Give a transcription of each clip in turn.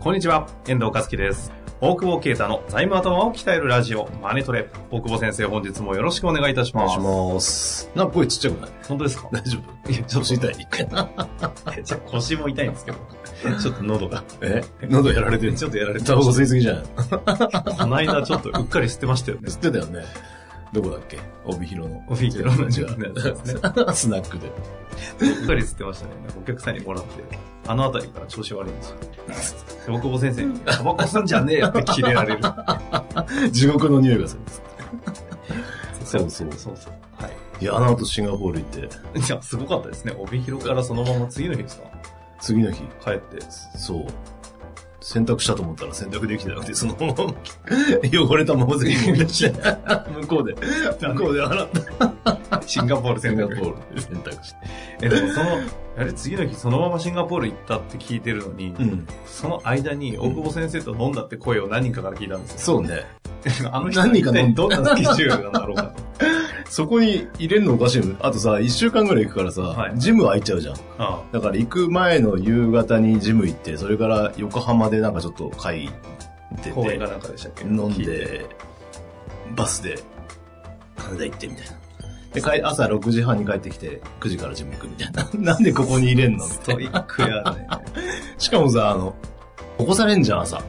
こんにちは、遠藤和樹です。大久保啓太の財務頭を鍛えるラジオ、マネトレ。大久保先生、本日もよろしくお願いいたしお願まいす。します。なんか声ちっちゃくない 本当ですか 大丈夫いや、ちょっと知りたい。じゃあ腰も痛いんですけど。 ちょっと 喉が。 え喉やられてるちょっとやられてタバコ吸いすぎじゃん。この間ちょっとうっかり吸ってましたよね吸。ってたよね。どこだっけ帯広の。帯広の違違うう ですね。 スナックで。うっかり吸ってましたね。お客さんにもらって。あのあたりから調子悪いんですよ。で大久保先生に、タバコ吸んじゃねえよってキレられる。地獄の匂いがする。そうそうそうそう。はいや、あの後シンガポール行って、い。じゃあ、すごかったですね。帯広からそのまま次の日ですか次の日、帰って。そう。洗濯したと思ったら洗濯できてなくて、そのまま汚れたまま全部出して、 向こうで、向こうで洗った。シンガポールシ洗ンガ濯ポ機。ールで洗濯して。え、でもその、あれ次の日そのままシンガポール行ったって聞いてるのに、うん。その間に大久保先生と飲んだって声を何人かから聞いたんですそうね。よ。あの人何人か飲んどんなスケジュールなんだろう かそこに入れるのおかしいのあとさ、一週間ぐらい行くからさ、はいジム空いちゃうじゃん。と。あだから行く前の夕方にジム行って、それから横浜でなんかちょっと会出公演てか、なんかでしたっけ飲ん聞いてで、バスで、羽田行ってみたいな。で、帰朝6時半に帰ってきて、9時からジム行くみたいな。なん でここに入れんのっスてトイック やね。しかもさ、あの、起こされんじゃん、朝。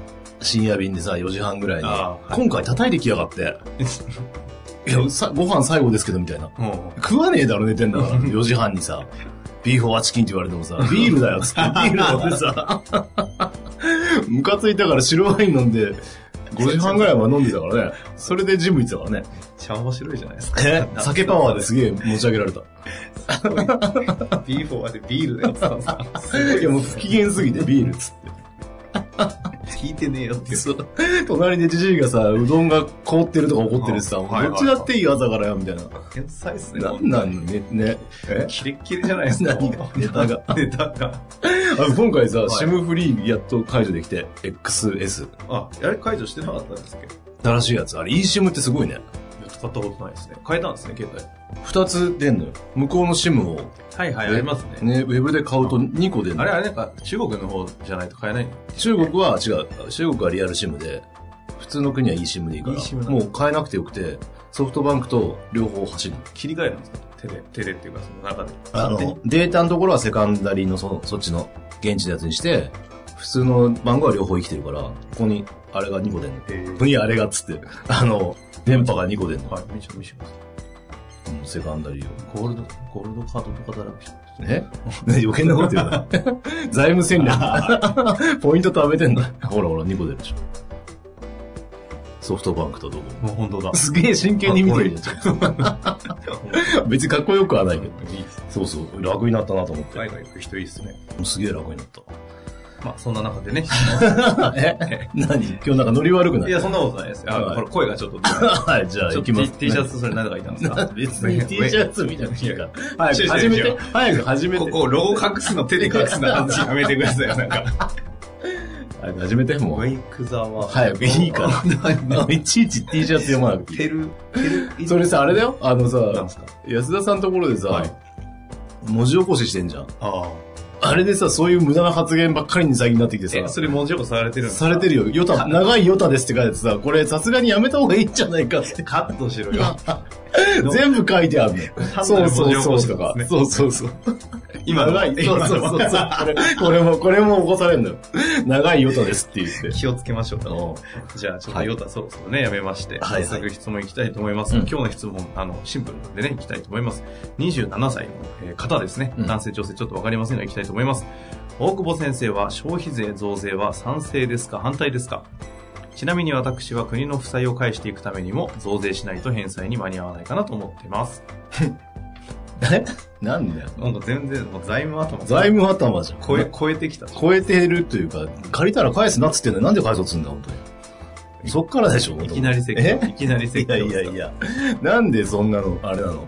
深夜便でさ、4時半ぐらいに。ああはい今回叩いてきや がって。いや、さご飯最後ですけど、みたいな。も食わねえだろ、寝てんだから。4 時半にさ、ビーフォアチキンって言われてもさ、ビールだよ、つって。ビール飲んでさ、ムカついたから白ワイン飲んで、5時半ぐらいは飲んでたからね。それでジム行ってたからね。う、ちゃ面白いじゃないです か。え酒パワーですげえ持ち上げられた。ビーフォーでビールのやつださ。いや、もう不機嫌すぎてビールっつって。聞いてねえよっていう。そう隣でじじいがさ、うどんが凍ってるとか怒ってるしさ、あどはいはいはいっちだっていい朝からよ、みたいな。天才っすね。なんなんのね、ね。えキレッキレじゃないですか。何がネタが。ネタが。あ今回さ、いシムフリーやっと解除できて、XS。あ、あれ解除してなかったんですけど。新しいやつ。あれ、eSIM ってすごいね。使ったことないですね。変えたんですね、携帯。二つ出んのよ。向こうの SIM を、はいはえありますね。ね、ウェブで買うと2個出んの。あれ、あれなんか、中国の方じゃないと買えないの中国は違う。中国はリアル SIM で、普通の国は eSIM でいいから、 eSIM なんだもう買えなくてよくて、ソフトバンクと両方走る。切り替えるんですか手で、手でっていうか、その中で。あ勝手にの、データのところはセカンダリーのその、そっちの現地のやつにして、普通の番号は両方生きてるから、ここに、あれが2個出んの。 こえーこにあれがっつって、あの、電波が2個出んの。はい、見せて見せてます。うんセカンダリーを。ゴールド、ゴールドカードとかだらけ。え余計なこと言うな。財務戦略。 ポイント貯めてんだ。ほらほら、2個出るでしょ。ソフトバンクとどこも。もう本当だ。すげえ真剣に見てるじゃん。別にかっこよくはないけど。いいっすそうそう、楽になったなと思って。海外行く人いいっすね。すげえ楽になっまあ、そんな中でね。た。え 何今日なんかノリ悪くないいや、そんなことないですよ。あ、はいこれ声 がちょっと。はい、じゃあちょ行っきとま T, す。 T シャツ、それ何がいたんですか別 に T シャツみたいな着てるから。早く始め違う違てう。早く始めて。ここ、ロゴ隠すの手で隠すの やめてくださいよ、なん か。早く始めて、もウう。ェイクザワー。早くいいから。 いちいち T シャツ読まなくていいペル、ペル、それさ、あれだよあのなんさすか、安田さんのところでさ、はい文字起こししてんじゃん。ああ。あれでさ、そういう無駄な発言ばっかりに最近なってきてさえ、、それ文字起こされてるんですかされてるよ。ヨタ、長いヨタですって書いてさ、これさすがにやめた方がいいんじゃないかって。カットしろよ。全部書いてある単の。なそうるそうそう文字起とこかしですね。そうそうそう。今の長い。そ今うのそうそうそう。これこれも、これも起こされるのよ。長いヨタですって言 って。気をつけましょうと。うじゃあ、ちょっはといヨタそろそろね、やめまして、はいはい早速質問いきたいと思います。うん今日の質問、あの、シンプルなんでね、いきたいと思います。27歳のえー方ですね、うん男性、女性、ちょっとわかりませんが、いきたいと思います。大久保先生は消費税増税は賛成ですか反対ですかちなみに私は国の負債を返していくためにも増税しないと返済に間に合わないかなと思ってます。えなんだよ。なんか全然、もう財務頭財務頭じゃん。超え、超えてき た。超えてるというか、借りたら返すなっつってんのになんで返そうっつうんだ、本当に。そっからでしょ、いきなり説え教。いきなり説い教やした。いやいや、なんでそんなの、あれなの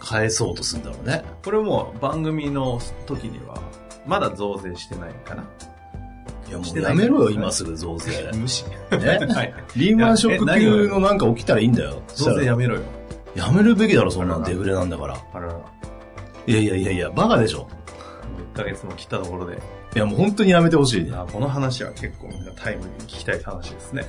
返そうとするんだろうね。これもう番組の時には、まだ増税してないかな。いや、もしてうないやめろよ、今すぐ増税。 無視。ね。 はい。リーマンショック級のなんか起きたらいいんだよ。そ増した税らやめろよ。やめるべきだろ、そんなあらんらデフレなんだから。あらら。いやいやいやいや、バカでしょ。 1ヶ月も切ったところで。いや、もう本当にやめてほしいね。あこの話は結構みんなタイムに聞きたい話ですね。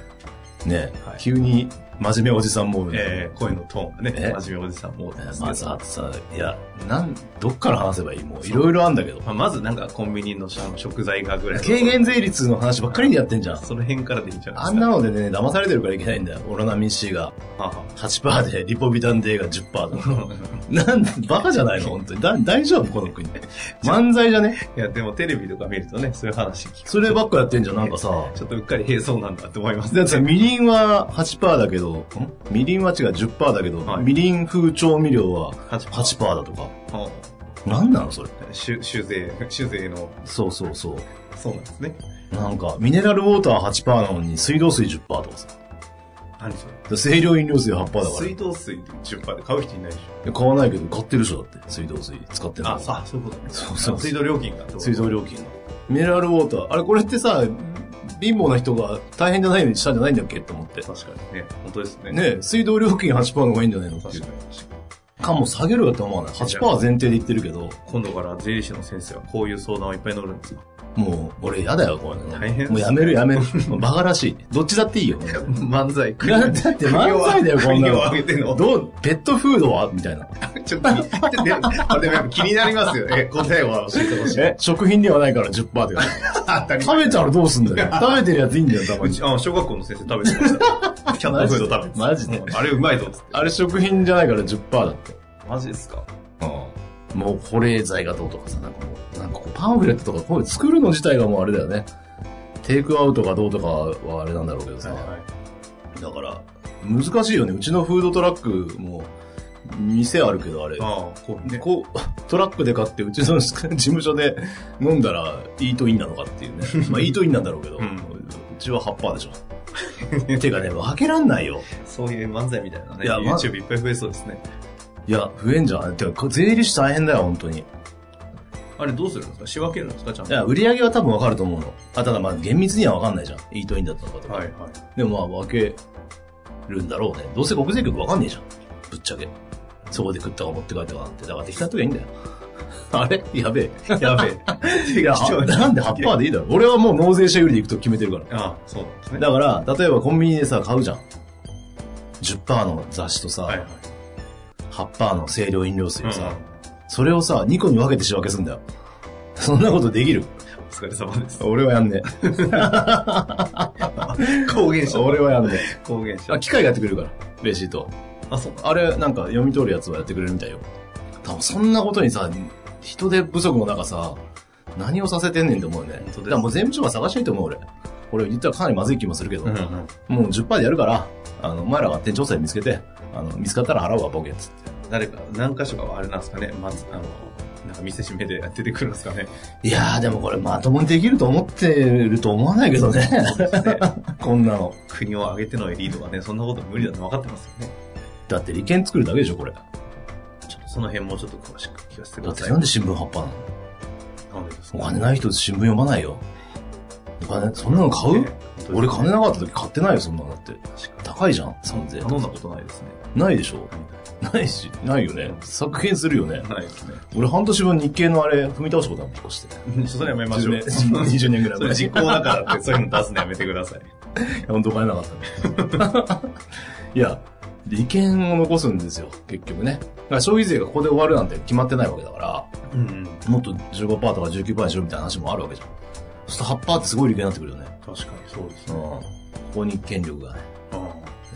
ね、はい急に真面目おじさんも、えー、声のトーンがねえ、真面目おじさんも多いですけどまずはさ、いや、なん、どっから話せばいいもういろいろあんだけど。まあ、まずなんかコンビニのしあの食材がぐらいの。軽減税率の話ばっかりでやってんじゃん。その辺からでいいんじゃないであすんか。なのでね、騙されてるからいけないんだよ。オロナミン C があんな。 8%で、 リポビタン D が10%だ。なんで、バカじゃないの本当に。だ、大丈夫この国。漫才じゃねいや、でもテレビとか見るとね、そういう話聞く。そればっかやってんじゃん、なんかさ。ちょっとうっかりへえそうなんだって思いますだね。ってさ、みりんは8%だけど、んみりんは違う10%だけど、はいみりん風調味料は8 8%だとか。あなんなのそれ。あ酒酒税、酒税の、そうそうそう。そうなんですね。なんか、ミネラルウォーター8%なのに、水道水10%とかさ。何それ。清涼飲料水8%だから。水道水って10%で買う人いないでしいや買わないけど、買ってる人だって。水道水使ってょ。ない。あ、さあ、そういうことね。そうそうあ水道料金が。水道料金の。ミネラルウォーター。あれ、これってさ、貧乏な人が大変じゃないようにしたんじゃないんだっけと思って。確かにね。本当ですね。。ねえ水道料金8%の方がいいんじゃないのってい確か。うに確かに。かも下げるよって思わない。8%は前提で言ってるけど、今度から税理士の先生はこういう相談をいっぱい乗るんですよ。もう、俺嫌だよ、こういうの。大変もうやめるやめる。バカらしい。どっちだっていい よ。漫才。だって漫才だよ、こん国なを挙げての。のどう、ペットフードはみたいな。 ちょっと、でもやっぱ気になりますよね。答えは教えてほしい。え、食品ではないから10%って あたり食べたらどうすん だよ。食べてるやついいんだよ、たまうにち、。あ、小学校の先生食べて ました。キャットフード食べてたマジであれうまいぞっつって。あれ食品じゃないから10%だって。マジですかもう保冷剤がどうとかさ、なんかもう、なんかこうパンフレットとかこういう作るの自体がもうあれだよね。テイクアウトがどうとかはあれなんだろうけどさ。だから、難しいよね。うちのフードトラックも、店あるけどあれ。ああ、こうね。こう、トラックで買って、うちの事務所で飲んだら、イートインなのかって いうね。まあ、イートインなんだろうけど、ううんちは8%でしょ。 てかね、分けらんないよ。そういう漫才みたいなね。いやま YouTube いっぱい増えそうですね。いや、増えんじゃん。てか、税理士大変だよ、本当に。あれどうするんですか仕分けるんですかちゃんいと。や、売り上げは多分分かると思うの。あ、ただまあ、厳密には分かんないじゃん。イートインだったのかとか。はいはい。でもまあ、分けるんだろうね。どうせ国税局分かんねえじゃん。ぶっちゃけ。そこで食ったか持って帰ったかなんて。だから適当にやったらい いんだよ。あれやべえ。やべえ。いや、なんで8%でいいだろ。俺はもう納税者売りで行くと決めてるから。 ああ、そうなんですね。だから、例えばコンビニでさ、買うじゃん。10%の雑誌とさ、はいはい。 8%の清涼飲料水をさ、うんそれをさ、2個に分けて仕分けすんだよ。そんなことできるお疲れ様です。俺はやんね 公言え。俺はやんねえ。公言者あ、。機械がやってくれるから、レシート。あ、そうあれ、なんか読み取るやつはやってくれるみたいよ。多分そんなことにさ、人手不足の中さ、何をさせてんねんと思うよね。本当ですだからもう税務署が探したいと思う俺。俺言ったらかなりまずい気もするけど。うんうん。もう10%でやるから、あの、お前らが店長さん見つけて、あの、見つかったら払うわ、ボケっつって。誰か、何箇所かはあれなんですかね。まず、あの、なんか見せしめで出てくるんですか ね。いやー、でもこれまともにできると思ってると思わないけどね。 でこんなの。国を挙げてのエリートがね、そんなこと無理だって分かってますよね。だって利権作るだけでしょ、これ。だちょっとその辺もうちょっと詳しく聞かせてくだってさい。なんで新聞葉っぱなのなんでですお金ない人新聞読まないよ。お金、そんなの買うね俺金なかった時買ってないよ、そんなのだって。確か高いじゃん、3000に頼んだことないですね。ないでしょないし、ないよね。削減するよね。ないです ね。俺半年分日経のあれ踏み倒したことあるもんとかして。それやめましょう。 10年20年ぐらいそれ前。実行だからって、そういうの出すのやめてください。本当お金なかったね いや、利権を残すんですよ、結局ね。だから消費税がここで終わるなんて決まってないわけだかうん。ら、もっと15%とか19%にしろみたいな話もあるわけじゃん。そうすると8%ってすごい利権になってくるよね。確かにそうですうん。ね。ここに権力がね、うん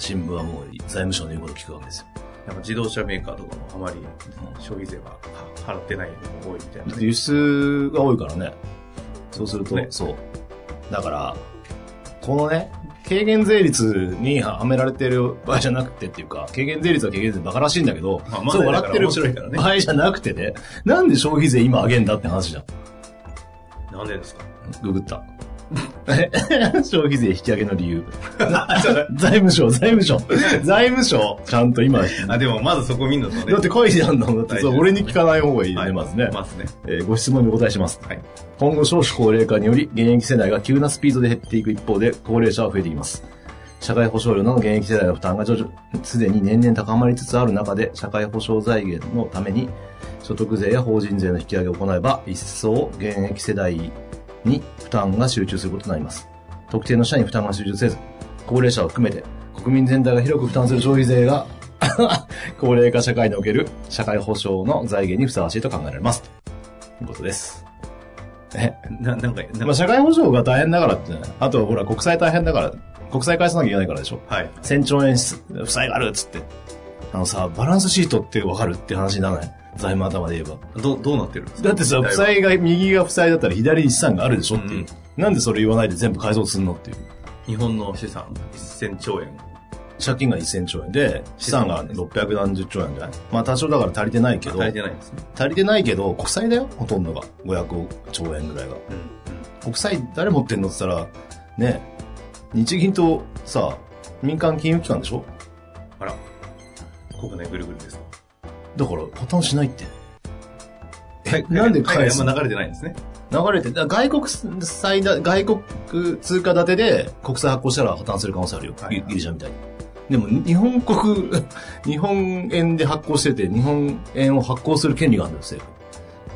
新聞はもう財務省の言うこと聞くわけですよ。なんか自動車メーカーとかもあまり消費税は払ってないのが多いみたいだなって輸出が多いからね。そうすると、ねそう。だから、このね、軽減税率にはめられてる場合じゃなくてっていうか、軽減税率は軽減税バカらしいんだけど、まあまあそれ笑ってる面白いからね場合じゃなくてね、なんで消費税今上げんだって話じゃん。なんでですかググ った。え 消費税引き上げの理由。財務省、財務省。財務省、ちゃんと今。だあ、でもまずそこ見んのとね。って書いてあるんだもん。だってそう、俺に聞かない方がいいよはね、いまずね。まずね。えーご質問にお答えします。はい。今後少子高齢化により現役世代が急なスピードで減っていく一方で高齢者は増えています。社会保障料などの現役世代の負担が徐々にすでに年々高まりつつある中で、社会保障財源のために所得税や法人税の引き上げを行えば、一層現役世代に負担が集中することになります。特定の社に負担が集中せず、高齢者を含めて国民全体が広く負担する消費税が 高齢化社会における社会保障の財源にふさわしいと考えられます。ということです。え、な、なんか、なんまあ、か、社会保障が大変だからってね、あとはほら、国債大変だから、国債返さなきゃいけないからでしょ。はい。 1000兆円す負債があるっつって。あのさ、バランスシートってわかるって話にならない財務頭で言えば。ど、どうなってるんですかだってさ、負だい債が、右が負債だったら左に資産があるでしょっていう。うんなんでそれ言わないで全部改造すんのっていう。ぶ日本の資産1000兆円。借金が1000兆円で、資産が600何十兆円じゃないまあ多少だから足りてないけど、足りてないんですね。足りてないけど、国債だよ、ほとんどが。500兆円ぐらいが。国債誰持ってんのって言ったら、ね、日銀とさ、民間金融機関でしょあら。国内ぐるぐるですかだから破綻しないって。え、海外なんで海返外すあんのま流れてないんですね。流れて、だから外国債だ、外国通貨建てで国債発行したら破綻する可能性あるよ。はいはいギリシャみたいに。でも、日本国、 日本円で発行してて、日本円を発行する権利があるんだよ、政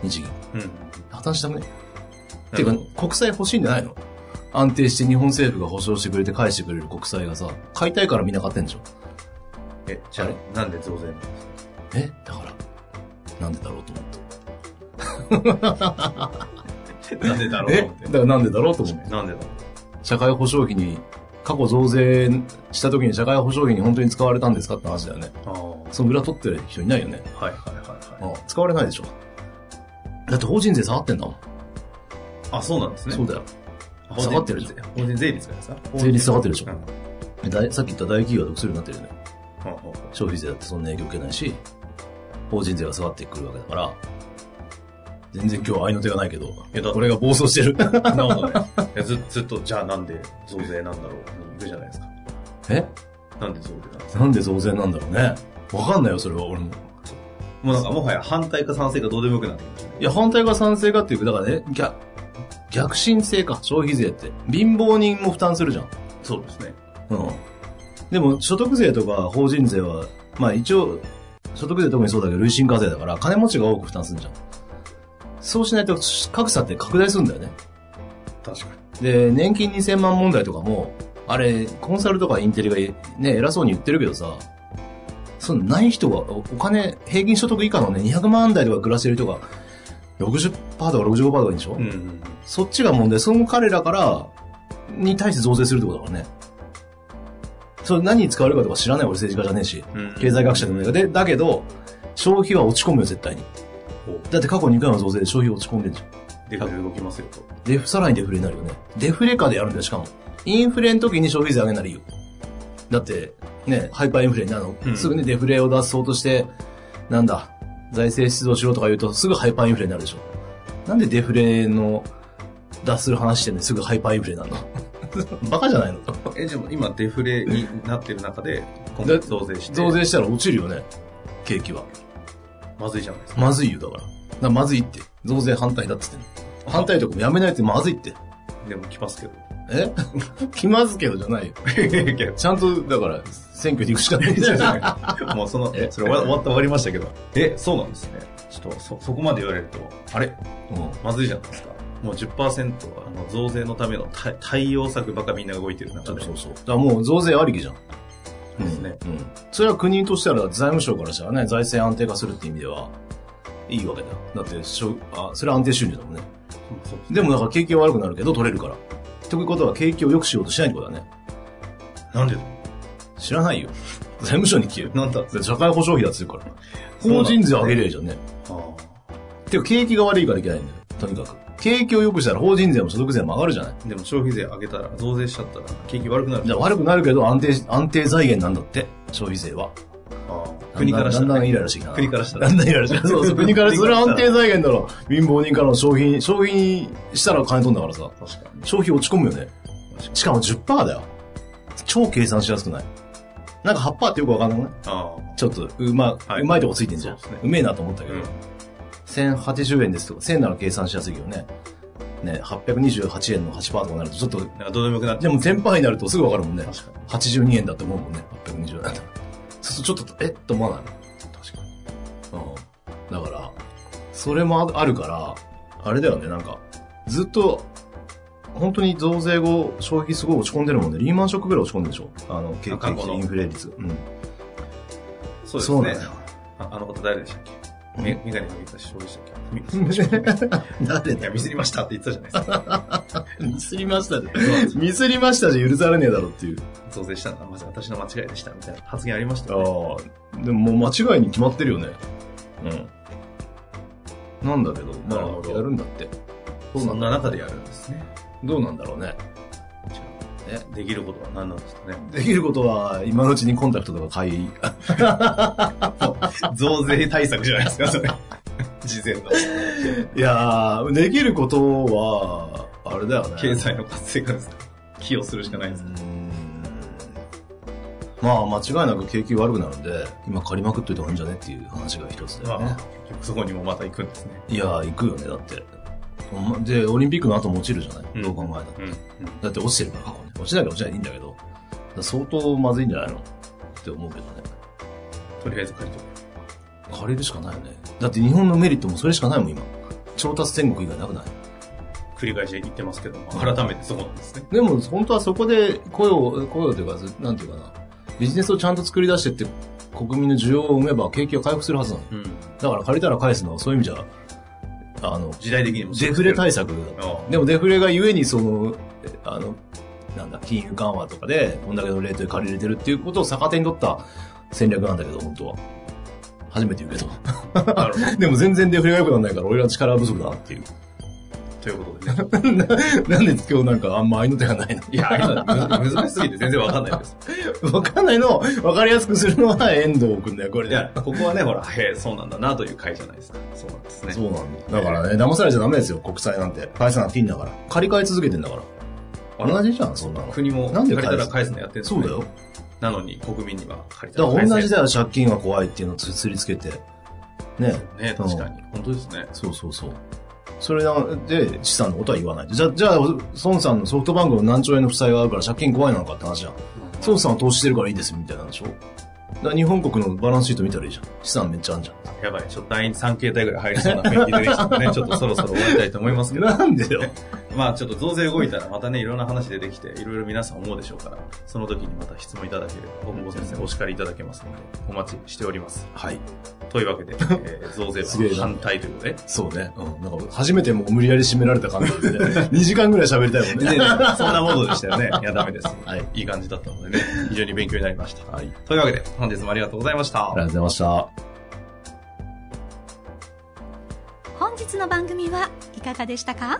府。日銀。うん。破綻したくねなているほうどか、国債欲しいんじゃないの安定して日本政府が保証してくれて返してくれる国債がさ、買いたいからみんな買ってんでしょえ、じゃああ、なんで増税なのえだから、なんでだろうと思って。なんでだろうえと思っだからなんでだろうと思ってて。。なんでだろ社会保障費に、過去増税した時に社会保障費に本当に使われたんですかって話だよね。う。その裏取ってる人いないよね。ああ。はいはいはいあはい。あ使われないでしょ。だって法人税下がってんだもん。あ、そうなんですね。そうだよ。法人下がってるじゃん法人税率がですか税率下がってるでしょうんだいさっき言った大企業は得するようになってるよね。ほうほうほ消費税だってそんな影響受けないし、法人税が下がってくるわけだから、全然今日は愛の手がないけど、いやだ俺が暴走してる。うなるほどね。いやずずっと、じゃあなんで増税なんだろうって言うじゃないですか。 えなんで増税なんですかなんで増税なんだろうね。わかんないよ、それは俺も。もうなんかもはや反対か賛成かどうでもよくなってきましたね。いや、反対が賛成かっていうか、だからね、逆、逆進性か、消費税って。貧乏人も負担するじゃん。そうですね。うん。でも、所得税とか法人税は、まあ一応、所得税特にそうだけど、累進課税だから、金持ちが多く負担するじゃん。そうしないと、格差って拡大するんだよね。確かに。で、年金2000万問題とかも、あれ、コンサルとかインテリがね、偉そうに言ってるけどさ、そのない人が、おお金、平均所得以下のね、200万台とか暮らしてる人が、60%とか65%とかいるでしょ、うんうんうん。そっちが問題。その彼らから、に対して増税するってことだからね。それ何に使われるかとか知らない俺政治家じゃねえし、うん経済学者でもないから。で、だけど、消費は落ち込むよ、絶対にほ。だって過去2回の増税で消費落ち込んでんじゃん。でかく動きますよと。デフ、さらにデフレになるよね。デフレ化でやるんだよ、しかも。インフレの時に消費税上げならいいよ。だって、ね、ハイパーインフレになるの、うんすぐにデフレを出そうとして、なんだ、財政出動しろとか言うと、すぐハイパーインフレになるでしょ。なんでデフレの、脱する話してんのにすぐハイパーインフレなのバカじ ゃないの え、じゃあ今デフレになってる中で、今回増税して。増税したら落ちるよね、景気は。まずいじゃないですか。まずいよ、だから。だからまずいって。増税反対だっつってんの反対とかもやめないってまずいって。でも来ますけど。え 気まずけどじゃないよ。ちゃんと、だから、選挙に行くしかないじゃ ない。 もうその、えそれ終わ終わった終わりましたけど。え、そうなんですね。ちょっと、そ、そこまで言われると、あれまずいじゃないですか。もう10%は、あの、増税のための対対応策ばかみんな動いてる中そうで。そうそう。だからもう増税ありきじゃん。そうですね。うん。それは国としては財務省からしたらね、財政安定化するって意味では、いいわけだよ。だってしょ、あ、それは安定収入だもんね。そうですねでもだから景気は悪くなるけど取れるから。ということは景気を良くしようとしないってことだね。なんで知らないよ。財務省に聞けよ。なんだだって社会保障費だって言うから。そうな法んだ人税上げりゃいいじゃんね。ああ。てか景気が悪いからいけないんだよ。とにかく。景気を良くしたら法人税も所得税も上がるじゃない。でも消費税上げたら、増税しちゃったら、景気悪くなるじゃあ悪くなるけど安定し、安定財源なんだって、消費税は。ああ国からしただんだんだんだんイライら。ラしてきたな。国からしたらだんだんイライラしてきた。そうそう、国からそれは安定財源だろ。貧乏人からの消費、消費したら金飛んだからさ。確かに。消費落ち込むよね確か。しかも10%だよ。超計算しやすくないなんか8%ってよくわかんなくないあちょっと、うま、はいうまいとこついてんじゃん。うそうですねめえなと思ったあ。けど。1080円ですとか、1000なら計算しやすいけどね。ね、828円の8%とかなると、ちょっと、なんかどうでもよくなっちでゃう。も1000パーになるとすぐわかるもんね。確かに。 82円だって思うもんね。820円だって。そうするとちょっと、えっと思わない確かに。うん。だから、それもああるから、あれだよね、なんか、ずっと、本当に増税後、消費すごい落ち込んでるもんね。リーマンショックぐらい落ち込んでるでしょあの、景あ過去気のインフレ率。うん。そうなでんすだねよ。。 ああの方誰でしたっけメメガネかけた人でしたっけみ誰いだや、よミスりましたって言ってたじゃない ですか。ミスりましたで。ミスりましたじゃ許されねえだろっていう。増税したのは、まず私の間違いでした、みたいな発言ありましたよね。ああ、でももう間違いに決まってるよね。うん。なんだけど、なるほまあ、どやるんだって。そうなそんんだな中でやるんですね。どうなんだろうね。じゃあ、できることは何なんですかね。できることは、今のうちにコンタクトとか買い、 増税対策じゃないですか、それ。事前の。いやー、できることは、あれだよね。経済の活性化ですか。寄与するしかないんですうか。ーんまあ、間違いなく景気悪くなるんで、今借りまくっといた方がいいんじゃねっていう話が一つだよね。まあ、結局そこにもまた行くんですね。いやー、行くよね、だって。ほんまで、オリンピックの後も落ちるじゃない、うんどう考えたって。うん。だって落ちてるから、過去に。落ちなきゃ落ちないでいいんだけど、だから相当まずいんじゃないのって思うけどね。とりあえず借りと借りるしかないよね。だって日本のメリットもそれしかないもん、今。調達天国以外なくないく。繰り返し言ってますけども、改めてそうなんですね。でも、本当はそこで雇用、雇用というか、ずなんていうかな、ビジネスをちゃんと作り出してって、国民の需要を生めば景気は回復するはずなの。うん。だから借りたら返すのは、そういう意味じゃ、あの、時代的にもそうデですけフレど。対策だああでもデフレがゆえにその、えあの、なんだ、金融緩和とかで、こんだけのレートで借りれてるっていうことを逆手に取った戦略なんだけど、本当は。初めて言うけど。 なるほど。でも全然デフレが良くならないから、俺ら力不足だなっていう。 ということでね。なんで今日なんかあんま合いの手がないの いや、あれなんですむ難しすぎて全然わかんないです。わかんないのを分かりやすくするのは遠藤君だよ、これいや、ここはね、ほら、へえ、そうなんだなという回じゃないですか。そうなんですね。そうなんだ。だからね、騙されちゃダメですよ、国債なんて。返さなくていいんだから。借り換え続けてんだから。同じじゃん、そんなの。国もなん借りで返すたら返すのやってるんですそねうだよ。。なのに国民には借りただらから返せ同じだよ、借金が怖いっていうのをつりつけて。ね。ね、確かに。本当ですね。そうそうそう。それなんで、資産のことは言わない。じゃ、じゃあ、孫さんのソフトバンクの何兆円の負債があるから借金怖いなのかって話じゃん。孫さんは投資してるからいいですみたいなんでしょだから日本国のバランスシート見たらいいじゃん。資産めっちゃあんじゃやばい、ちょっと第3形態ぐらい入りそうな雰囲気出てきたん でね、ちょっとそろそろ終わりたいと思いますけん。ど、なんでよ。まあちょっと増税動いたらまたね、いろんな話出てきて、いろいろ皆さん思うでしょうから、その時にまた質問いただければ、本郷先生お叱りいただけますので、お待ちしております。はい。というわ けで、えー増税すげえなは反対ということで、そうね。うん。なんか、初めてもう無理やり締められた感じで、ね、2時 間ぐらい喋りたいもんね。そんなモードでした よね。いや、ダメです。はい。いい感じだったのでね、非常に勉強になりました。はい。ありというわけで、本日もありがとうございましたが。とうございました。本日の番組はいかがでしたか